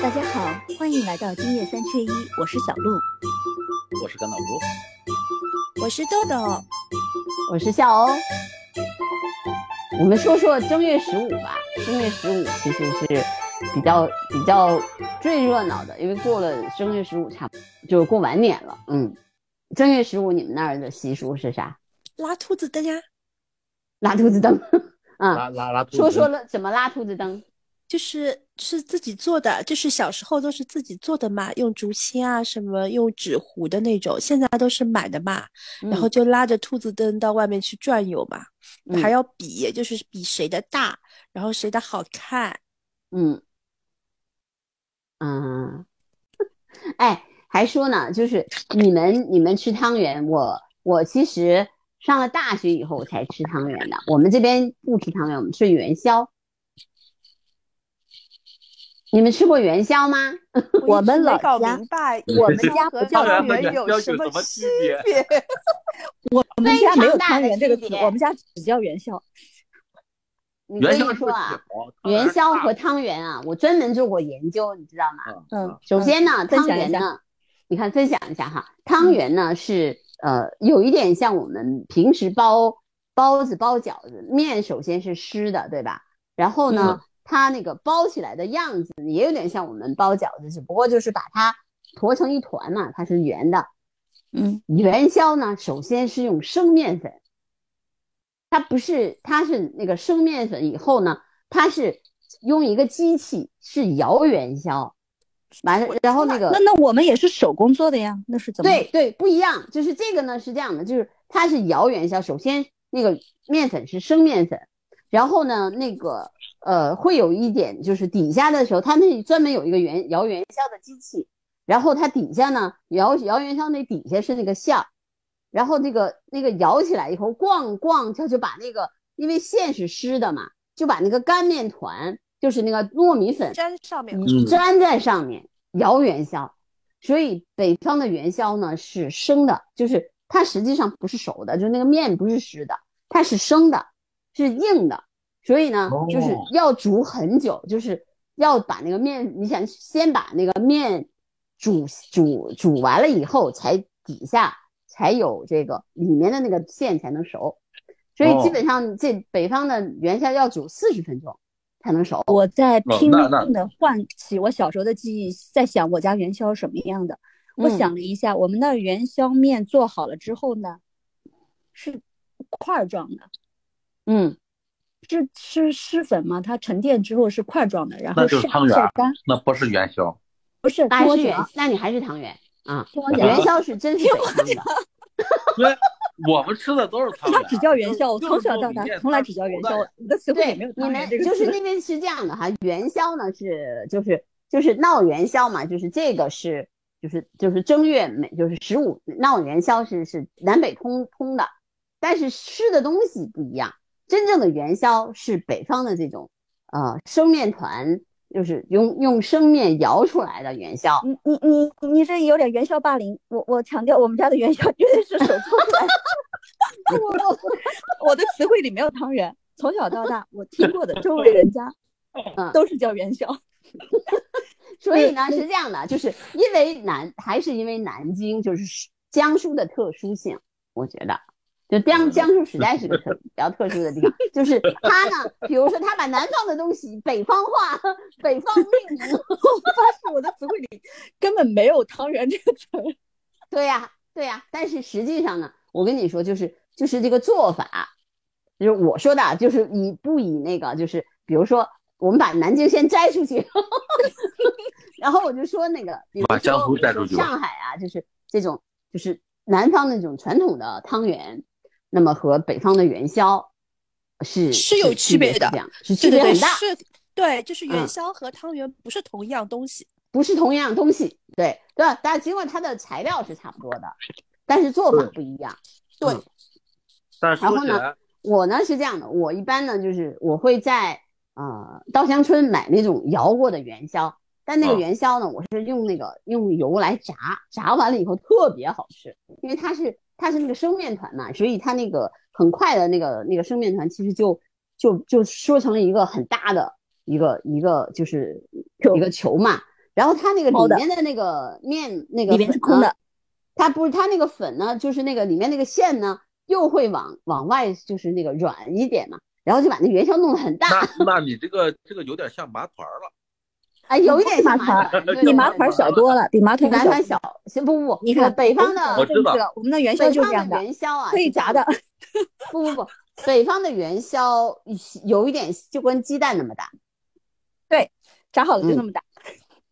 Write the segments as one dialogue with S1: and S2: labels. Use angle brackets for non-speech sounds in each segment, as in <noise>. S1: 大家好，欢迎来到今夜三缺一，我是小鹿，
S2: 我是甘老夫。
S3: 我是豆豆。
S4: 我是夏欧。我们说说正月十五吧。正月十五其实是比较比较最热闹的，因为过了正月十五差不多就过完年了。嗯，正月十五你们那儿的习俗是啥？
S3: 拉兔子灯呀，
S4: 拉兔子灯。 <laughs> 啊，
S2: 拉拉拉肚子，
S4: 说说了怎么拉兔子灯？
S3: 就是是自己做的，就是小时候都是自己做的嘛，用竹签啊什么，用纸糊的那种，现在都是买的嘛。
S4: 嗯
S3: 然后就拉着兔子灯到外面去转悠嘛，
S4: 嗯
S3: 还要比，就是比谁的大，然后谁的好
S5: <laughs>
S3: 看。
S4: 嗯，嗯，哎，还说呢，就是你们你们吃汤圆，我我其实上了大学以后我才吃汤圆的。我们这边不吃汤圆，我们吃元宵。你们吃过元宵吗？
S1: 我们
S5: 一直
S1: 老
S5: 没搞
S1: 家
S5: 明白，
S2: 对
S5: 我
S2: 对
S5: 们
S2: 对
S5: 家和
S1: 叫
S5: 汤
S1: 圆
S5: 圆有什么区别？
S1: 我们家没有汤圆这个词
S4: 非常大，的
S1: 我们家只叫元宵。
S4: 你
S2: 元
S4: 跟
S2: 宵
S4: 你
S2: 是
S4: 说啊，
S2: 饺
S4: 元宵和
S2: 和
S4: 汤圆啊，我专门做过研究，你知道吗？
S2: 啊
S1: 嗯，
S4: 首先呢，
S1: 分
S4: 汤
S1: 享一
S4: 圆
S1: 下
S4: 呢，你看分享一下哈，汤圆呢是呃有一点像我们平时包包子、包饺子，面首先是湿的，对吧？然后呢，
S1: 嗯
S4: 它那个包起来的样子也有点像我们包饺子，只不过就是把它坨成一团嘛，它是圆的。
S1: 嗯
S4: 元宵呢，首先是用生面粉，它不是，它是那个生面粉以后呢，它是用一个机器是摇元宵，完了，然后那个
S1: 那那我们也是手工做的呀，那是怎么？
S4: 对，对不一样，就是这个呢是这样的，就是它是摇元宵，首先那个面粉是生面粉，然后呢那个呃会有一点就是底下的时候，它那专门有一个元摇元宵的机器，然后它底下呢摇摇元宵那底下是那个馅儿，然后那个那个摇起来以后逛逛，它就把那个因为馅是湿的嘛，就把那个干面团就是那个糯米粉
S5: 粘上面
S2: 嗯
S4: 粘在上面摇元宵，所以北方的元宵呢是生的，就是它实际上不是熟的，就是那个面不是湿的，它是生的，是硬的，所以呢
S2: 哦
S4: 就是要煮很久，就是要把那个面，你想先把那个面煮煮煮完了以后，才底下才有这个里面的那个馅才能熟，所以基
S2: 哦
S4: 本上这北方的元宵要煮四十分钟才能熟。
S1: 我在
S2: 哦
S1: 拼
S2: 那那
S1: 命的唤起我小时候的记忆，在想我家元宵什么样的。我
S4: 嗯
S1: 想了一下，我们那儿元宵面做好了之后呢，是块儿状的，
S4: 嗯，
S1: 是是湿粉嘛，它沉淀之后是块儿状的，然
S2: 那
S1: 后
S2: 就是
S1: 晒
S2: 汤圆
S1: 晒干，
S2: 那不是元 <laughs> 宵，
S1: 不是，
S4: 那
S1: 听
S4: 还
S1: 我
S4: 是元
S1: 讲，，
S4: 那你还是汤圆啊。
S1: 听我
S4: 元
S1: 讲，
S4: 宵
S1: <laughs>
S4: 是真是北方的，
S2: 因为我们吃的都是汤
S1: 他
S2: 圆。
S1: 只叫元宵，我
S2: 就
S1: 从
S2: 是
S1: 小
S2: 糯
S1: 到
S2: 米
S1: 大
S2: 面
S1: 从来
S2: 它
S1: 只叫元
S2: 熟的
S1: 宵，我的词汇里没有
S4: 你
S1: 汤圆
S4: 们
S1: 这个
S4: 就是
S1: 词。
S4: 那边是这样的哈，元宵呢是就是就是闹元宵嘛，就是这个是就是就是正月每就是十五闹元宵是是南北通通的，但是吃的东西不一样。真正的元宵是北方的这种呃生面团，就是用用生面摇出来的元宵。 <laughs>
S1: 你你你你这有点元宵霸凌，我我强调我们家的元宵绝对是手做 <laughs> 出来的。我我我的词汇里没有汤圆，从小到大我听过的周围人家
S4: 嗯
S1: 都是叫元宵。
S4: <laughs> 所以呢是这样的，就是因为南还是因为南京就是江苏的特殊性，我觉得就江江苏实在是个特比较特殊的地方，就是它呢，比如说它把南方的东西北方化， <laughs> 北方命名，
S1: 我发现我的词汇里根本没有汤圆这个词儿。
S4: 对呀、对呀、但是实际上呢，我跟你说，就是就是这个做法，就是我说的啊，就是以不以那个，就是比如说我们把南京先摘出去， <laughs> 然后我就说那个，比如
S2: 把
S4: 说
S2: 江苏
S4: 我们
S2: 摘
S4: 说
S2: 出去吧
S4: 上海啊，就是这种就是南方那种传统的汤圆，那么和北方的元宵是
S3: 是有区别的
S4: 是这样是区
S3: 对对
S4: 别
S3: 对，
S4: 很大，
S3: 是，对，就是元
S4: 嗯
S3: 宵和汤圆不是同一样东西。
S4: 不是同样东西，对对吧？但尽管它的材料是差不多的，但是做法
S2: 对
S4: 不一样。
S3: 对
S4: 嗯
S2: 但是说起
S4: 然
S2: 来，
S4: 我呢是这样的，我一般呢就是我会在呃稻香村买那种摇过的元宵，但那个
S2: 嗯
S4: 元宵呢，我是用那个用油来炸，炸完了以后特别好吃，因为它是它是那个生面团嘛，所以它那个很快的那个那个生面团其实就就就说成了一个很大的一个一个就是
S1: 球
S4: 一个球嘛，然后它那个
S1: 包
S4: 里
S1: 的
S4: 面的那个面那个
S1: 里面
S4: 粉
S1: 是空
S4: 呢
S1: 的，
S4: 它不是它那个粉呢，就是那个里面那个馅呢，又会往往外就是那个软一点嘛，然后就把那元宵弄得很大，
S5: 那那你这个这个有点像麻团儿了，
S4: 哎，有一点像
S1: 麻团
S4: 团，对
S1: 比
S4: 对
S1: 麻
S4: 对
S1: 团
S4: 对
S1: 小多了，比麻
S4: 比
S1: 团
S4: 麻
S1: 小
S4: 团
S1: 多
S4: 小
S1: 了。，
S4: 行不不，
S1: 你看
S4: 北方的
S1: 我
S5: 我
S1: 们
S5: 知道
S1: 这个我们的元宵
S4: 北
S1: 就
S4: 方
S1: 这样的，
S4: 元宵啊，
S1: 可以
S4: 是这
S1: 炸
S4: 样。
S1: 的。
S4: <laughs> 不不不，北方的元宵有一点就跟鸡蛋那么大。
S1: 炸好了就
S4: 嗯
S1: 那么大。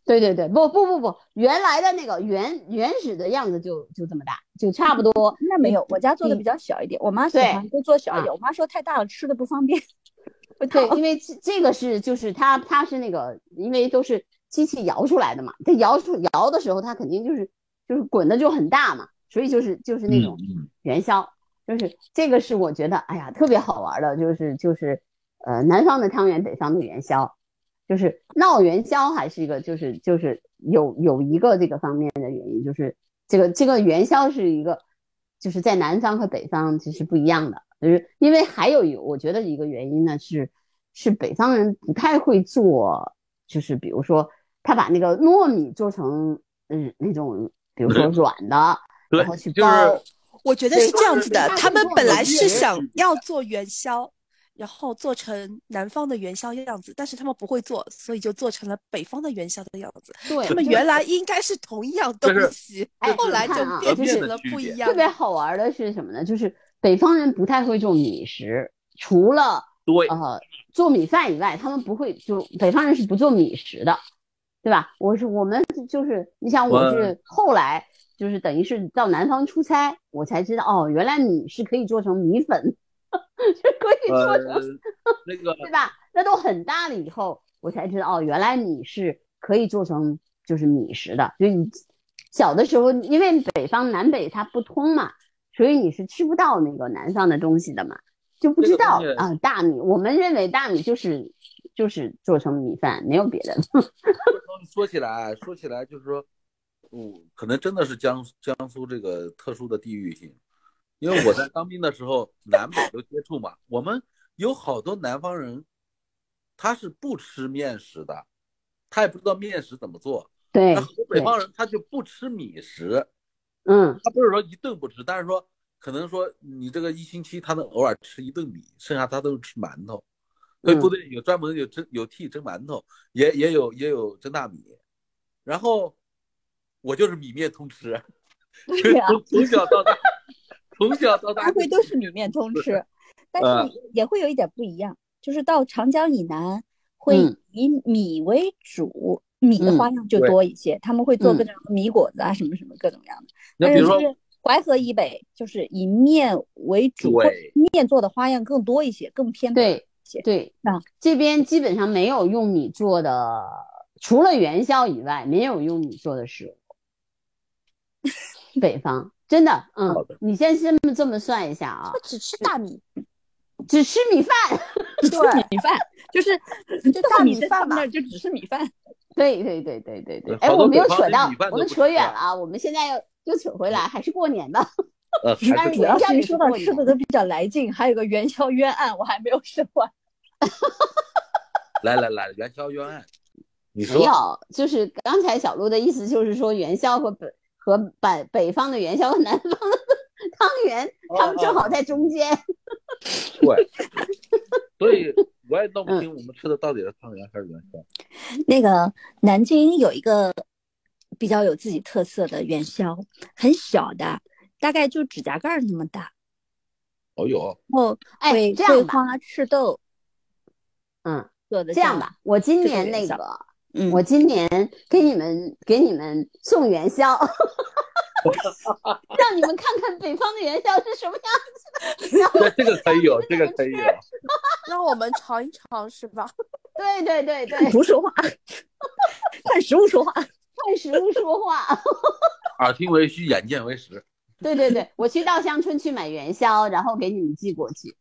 S4: 对对对，不不不不，原来的那个原原始的样子就就这么大，就差不多。
S1: 那没有，我家做的
S4: 你
S1: 比较小一点，我妈喜
S4: 对
S1: 欢就做小一点。我妈说太大了吃的不方便。我
S4: 对，因为这这个是就是它它是那个，因为都是机器摇出来的嘛，它摇出摇的时候，它肯定就是就是滚的就很大嘛，所以就是就是那种
S5: 嗯
S4: 元宵，就是这个是我觉得哎呀特别好玩的，就是就是呃南方的汤圆，北方的元宵，就是闹元宵还是一个就是就是有有一个这个方面的原因，就是这个这个元宵是一个就是在南方和北方其实不一样的，就是因为还有一我觉得一个原因呢是是北方人不太会做，就是比如说他把那个糯米做成嗯那种比如说
S5: 对
S4: 软的，
S5: 对
S4: 然后去
S5: 就是
S4: 包。
S3: 我觉得
S4: 对
S3: 是这样子的
S4: 他，们
S3: 他们本来是
S4: 做
S3: 想要做元宵，然后做成南方的元宵样子，但是他们不会做，所以就做成了北方的元宵的样子。
S4: 对，
S3: 他们
S4: 就
S3: 原
S4: 是
S3: 来应该是同一样东
S5: 就是
S3: 西，
S4: 哎
S3: 后来
S4: 你
S3: 就
S4: 看啊
S3: 变
S4: 就是
S3: 成了 <laughs> 不一样
S4: 特。别好玩的是什么呢？就是北方人不太会做米食，除了
S5: 对，
S4: 呃做米饭以外，他们不会就北方人是不做米食的，对吧？我是我们就是你想我
S5: 我
S4: 是后来就是等于是到南方出差，我才知道哦，原来米是可以做成米粉， <laughs> 是可以做
S5: 呃
S2: <laughs>
S4: 成、，
S5: 那个
S4: 对吧？那都很大了以后，我才知道哦，原来米是可以做成就是米食的。就你小的时候，因为北方南北它不通嘛，所以你是吃不到那个南方的东西的嘛，就不知道
S5: 这个东西
S4: 啊、大米，我们认为大米就是就是做成米饭，没有别的。
S5: 说起来说起来就是说，嗯，可能真的是江江苏这个特殊的地域性，因为我在当兵的时候南北都接触嘛，我们有好多南方人，他是不吃面食的，他也不知道面食怎么做，
S4: <laughs> 对
S5: 那，很多北方人他就不吃米食。
S4: 嗯，
S5: 他不是说一顿不吃，但是说可能说你这个一星期他能偶尔吃一顿米，剩下他都是吃馒头。所以
S4: 嗯
S5: 部队有专门有蒸有屉蒸馒头，也也有也有蒸大米。然后我就是米面
S1: <laughs>
S5: 通吃，
S1: 对啊
S5: 从从小到大， <laughs> 从小到大
S1: 安
S5: 就
S1: 徽都是米面通吃，但
S5: 呃
S1: 是也会有一点不一样，就是到长江以南会
S4: 嗯
S1: 以米为主，米的花样就
S5: 嗯对
S1: 多一些，他们会做
S4: 嗯
S1: 各种米果子啊，什么什么各种样的。
S5: 那
S1: 但
S5: 比
S1: 是
S5: 如
S1: 就
S5: 说
S1: 是淮河以北，就是以面为主，或者
S5: 对
S1: 面做的花样更多一些，更偏北
S4: 对
S1: 一些。
S4: 对
S5: 嗯
S1: 啊，
S4: 这边基本上没有用米做的，除了元宵以外，没有用米做的食物。北方真的，嗯
S5: 好的，
S4: 你先这么这么算一下啊，
S3: 只吃大米，
S4: 只吃米饭， <laughs>
S1: 对，米饭就是
S3: 就
S1: <laughs> 大
S3: 大
S1: 米
S3: 米
S1: 在
S3: 饭
S1: 他们
S3: 嘛
S1: 那儿就只是米饭。
S4: 对对对对对对，
S5: 呃好
S4: 哎，
S5: 多
S4: 我们又
S5: 北方
S4: 扯
S5: 连
S4: 到
S5: 米饭，都
S4: 我们
S5: 不
S4: 扯
S5: 吃
S4: 远
S5: 啊
S4: 了啊，我们现在又又扯回来，还是过年吧。
S5: 呃
S4: 但
S5: 还
S4: 是
S5: 是
S1: 主
S3: 哎
S1: 要
S4: 元宵
S1: 是
S4: 也
S1: 说
S4: 是
S1: 到
S4: 过
S1: 吃
S4: 年
S1: 的都比较来劲，还有个元宵冤案，我还没有 <laughs> 说完。
S5: 来来来元宵冤案，你
S1: 哎
S4: 没
S5: 说
S4: 有，就是刚才小鹿的意思，就是说元宵和北和北北方的元宵和南方的 <laughs> 汤圆，他
S5: 哦
S4: 们正好在中间。
S1: <laughs>
S5: 对，所以我也弄
S1: 嗯
S5: 不清我们吃的到底是汤圆还是元宵。
S1: 那个南京有一个比较有自己特色的元宵，很小的，大概就指甲盖儿那么大，
S5: 哦哟， <laughs>
S1: 然后
S4: 哎，
S1: 会
S4: 这
S1: 桂
S4: 样吧，
S1: 花赤豆
S4: 嗯，
S1: 做的
S4: 这样吧，，我今年那
S1: 这
S4: 个
S1: 个，嗯，
S4: 我今年给你们给你们送元宵，
S1: <laughs>
S4: 让你们看看北方的元宵是什么样子的。 <laughs> 然后
S5: 那这个可以有，这个可以有。
S3: 让我们尝一尝，是吧？
S4: 对对对对，
S1: 不说话， <laughs> 看食物说话。
S4: 看食物说话。
S5: 耳听为虚，眼见为实。
S4: 对对对，我去稻香村去买元宵，然后给你们寄过去。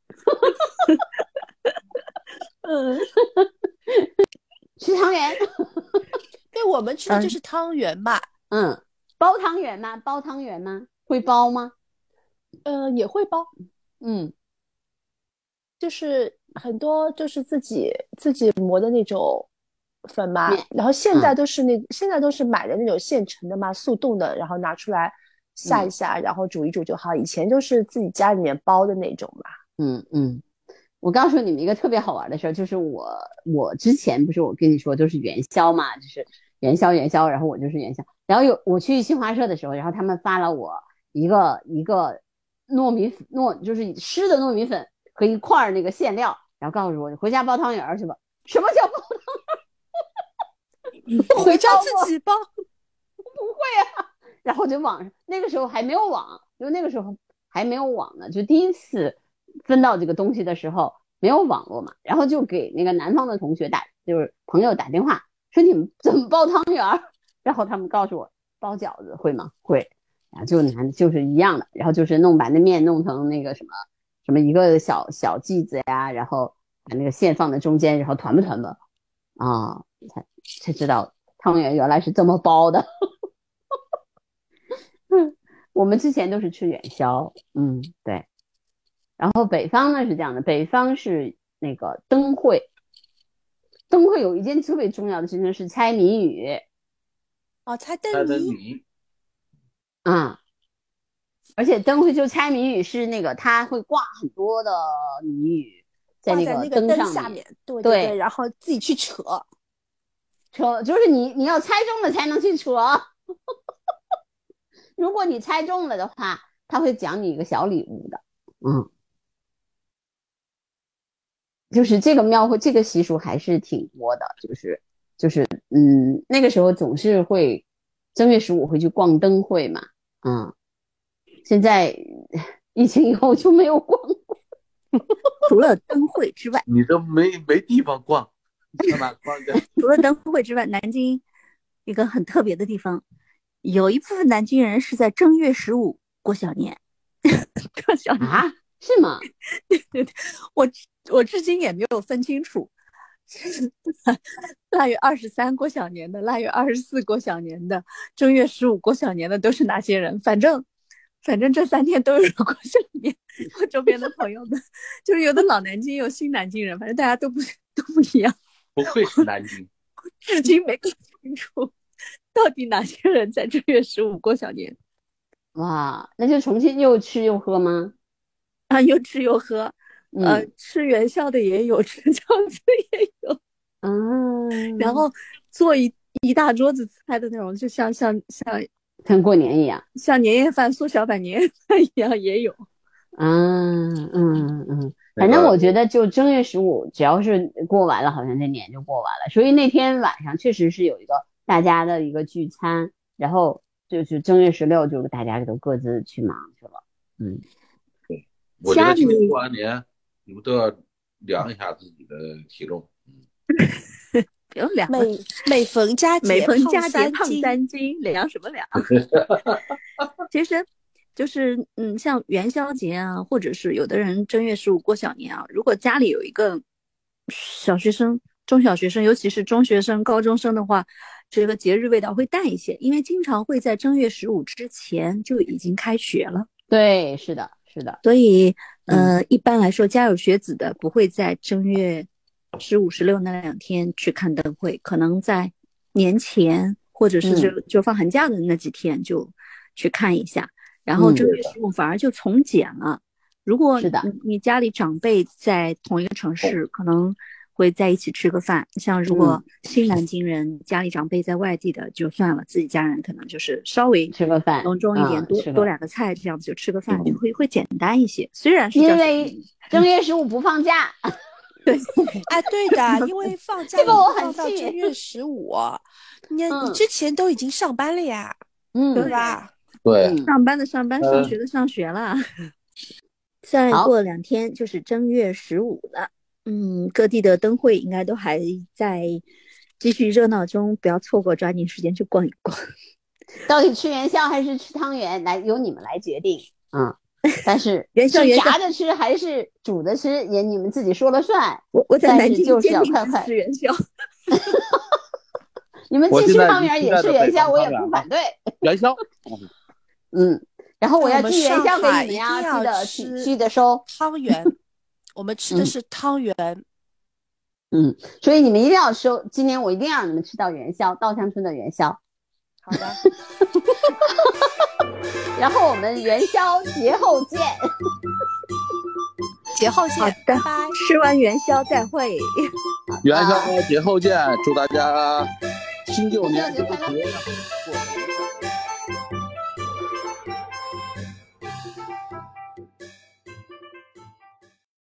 S1: 嗯，
S4: 吃汤圆，
S3: 对，我们吃的就
S1: 嗯
S3: 是汤圆嘛，
S4: 嗯，包汤圆吗？包汤圆吗？会包吗？
S3: 呃，也会包，
S4: 嗯，
S3: 就是很多就是自己自己磨的那种粉嘛
S4: 面，
S3: 然后现在都是那、现在都是买的那种现成的嘛，速冻的，然后拿出来下一下，然后煮一煮就好。以前都是自己家里面包的那种嘛。
S4: 嗯嗯，我告诉你们一个特别好玩的事儿，就是我我之前不是我跟你说就是元宵嘛，就是元宵元宵，然后我就是元宵，然后有我去新华社的时候，然后他们发了我一个一个糯米粉糯就是湿的糯米粉和一块儿那个馅料，然后告诉我你回家煲汤圆儿去吧。什么叫煲汤
S3: 回
S1: <laughs>
S3: 家自己包，
S4: 然后就网上那个时候还没有网，就那个时候还没有网呢，就第一次分到这个东西的时候没有网络嘛，然后就给那个南方的同学打，就是朋友打电话说你们怎么包汤圆儿， <laughs> 然后他们告诉我包饺子会吗？会，然后就难就是一样的，然后就是弄把那面弄成那个什么什么一个小小剂子呀，然后把那个馅放在中间，然后团吧团吧，啊，才才知道汤圆原来是这么包的。我们之前都是吃元宵，嗯，对。然后北方呢是这样的，北方是那个灯会，灯会有一件特别重要的事情是猜谜语
S3: 哦，猜
S4: 嗯
S5: 猜
S3: 灯
S5: 的
S3: 谜，
S5: 谜，
S4: 啊、而且灯会就猜谜语是那个他会挂很多的谜语在
S3: 挂
S4: 那
S3: 在那
S4: 个
S3: 个灯
S4: 上
S3: 下
S4: 面，
S3: 面，对
S4: 对
S3: 对，然后自己去扯。
S4: 扯就是你你要猜中了才能去扯， <laughs> 如果你猜中了的话，他会奖你一个小礼物的，嗯，就是这个庙会这个习俗还是挺多的，就是就是嗯那个时候总是会正月十五会去逛灯会嘛，嗯，现在 <laughs> 疫情以后就没有逛
S1: 除了灯会之外，
S5: 你这没没地方逛，你上哪逛去？
S1: 除了灯会之外，南京一个很特别的地方，有一部分南京人是在正月十五过小年。 <laughs> 过小年，
S4: 啊，是吗？
S1: 我我至今也没有分清楚， <laughs> 腊月二十三过小年的，腊月二十四过小年的，正月十五过小年的都是哪些人？反正反正这三天都有人过小年。 <laughs> 我周边的朋友们，就是有的老南京，有新南京人，反正大家都不都不一样。
S5: 不愧是南
S4: <laughs>
S5: 京，
S1: 至今没搞清楚到底哪些人在正月十五过小年
S4: 哇，那就重庆又吃又喝吗？
S1: 啊，又吃又喝，呃，
S4: 嗯
S1: 吃元宵的也有，吃饺子也有，
S4: 嗯，
S1: 然后做一一大桌子菜的那种，就像像像
S4: 跟过年一样。
S1: 像年夜饭缩小版年夜饭一样也有。
S4: 啊，嗯嗯，反正我觉得就正月十五，只要是过完了，好像这年就过完了。所以那天晚上确实是有一个大家的一个聚餐，然后就是正月十六，就大家都各自去忙去了。嗯，
S5: 我觉
S1: 家
S5: 得今
S1: 里
S5: 年过完年，你们都要量一下自己的体
S4: <laughs>
S5: 重。嗯，
S1: 不用量了，
S3: 每每
S1: <laughs>
S3: 逢佳节
S1: 每逢佳节
S3: 三
S1: 胖
S3: 斤，
S1: 三斤，量什么量？ <laughs> 其实就是嗯，像元宵节啊，或者是有的人正月十五过小年啊，如果家里有一个小学生、中小学生，尤其是中学生、高中生的话，这个节日味道会淡一些，因为经常会在正月十五之前就已经开学了，
S4: 对，是的，是的，
S1: 所以呃，
S4: 嗯
S1: 一般来说家有学子的不会在正月十五、十六那两天去看灯会，可能在年前或者
S4: 嗯
S1: 是就就放寒假的那几天就去看一下，然后
S4: 嗯
S1: 正月十五反而就从简了。如果
S4: 是的
S1: 你你家里长辈在同一个城市，可能会在一起吃个饭。像
S4: 嗯
S1: 如果新南京人家里长辈在外地的就算了，自己家人可能就是稍微
S4: 吃个饭
S1: 隆重一点，
S4: 啊
S1: 多
S4: 吃个
S1: 多两个菜，这样子就吃个饭
S4: 嗯
S1: 就会会简单一些。虽然是
S4: 因
S1: 叫
S4: 为正月十五不放假。
S3: 啊，对的，因为放假
S4: 这个我
S3: 已经
S4: 很
S3: 放到
S4: 气
S3: 正月十五，你
S4: 嗯
S3: 你之前都已经上班了呀，对
S4: 嗯
S3: 吧？
S5: 对
S4: 嗯
S1: 上班的上班，
S5: 呃
S1: 上学的上学了。 <laughs> 再
S4: 好
S1: 过两天就是正月十五了，嗯，各地的灯会应该都还在继续热闹中，不要错过，抓紧时间去逛一逛。
S4: <laughs> 到底吃元宵还是吃汤圆，来由你们来决定。嗯，
S5: <laughs>
S4: 但是
S1: 元宵
S4: 是
S1: 元宵
S4: 炸着吃还是煮着吃，也你们自己说了算。
S1: 我我在
S4: 但是
S1: 南京
S4: 就是
S1: 坚
S4: 要
S1: 定
S4: 快快
S1: 支持元宵，
S4: 你们
S5: 我现
S4: 既吃
S5: 在
S4: 汤
S5: 已
S4: 圆
S5: 经
S4: 也
S5: 在
S4: 吃
S5: 这
S4: 元
S5: 北
S4: 宵，
S5: 方
S4: 我也
S5: 汤圆
S4: 不
S5: 了啊
S4: 反对。
S5: 元宵，
S4: 嗯，然后我
S3: 在
S4: 要
S3: 我们
S4: 寄元
S3: 上
S4: 宵给
S3: 海
S4: 你们
S3: 一
S4: 呀，
S3: 定要
S4: 记得
S3: 吃
S4: 记得收。
S3: 汤圆， <laughs> 我们吃的
S4: 嗯
S3: 是汤圆，
S4: 嗯，所以你们一定要收，今年我一定让你们吃到元宵，稻香村的元宵。
S3: 好的。
S4: 然后我们元宵节后见，
S3: <laughs> 节后见，
S1: 好的
S3: 拜拜。
S1: 吃完元宵再会。
S5: 元宵节后见，祝大家新旧
S4: 元宵
S5: 年
S4: <laughs> 节快乐
S5: 平安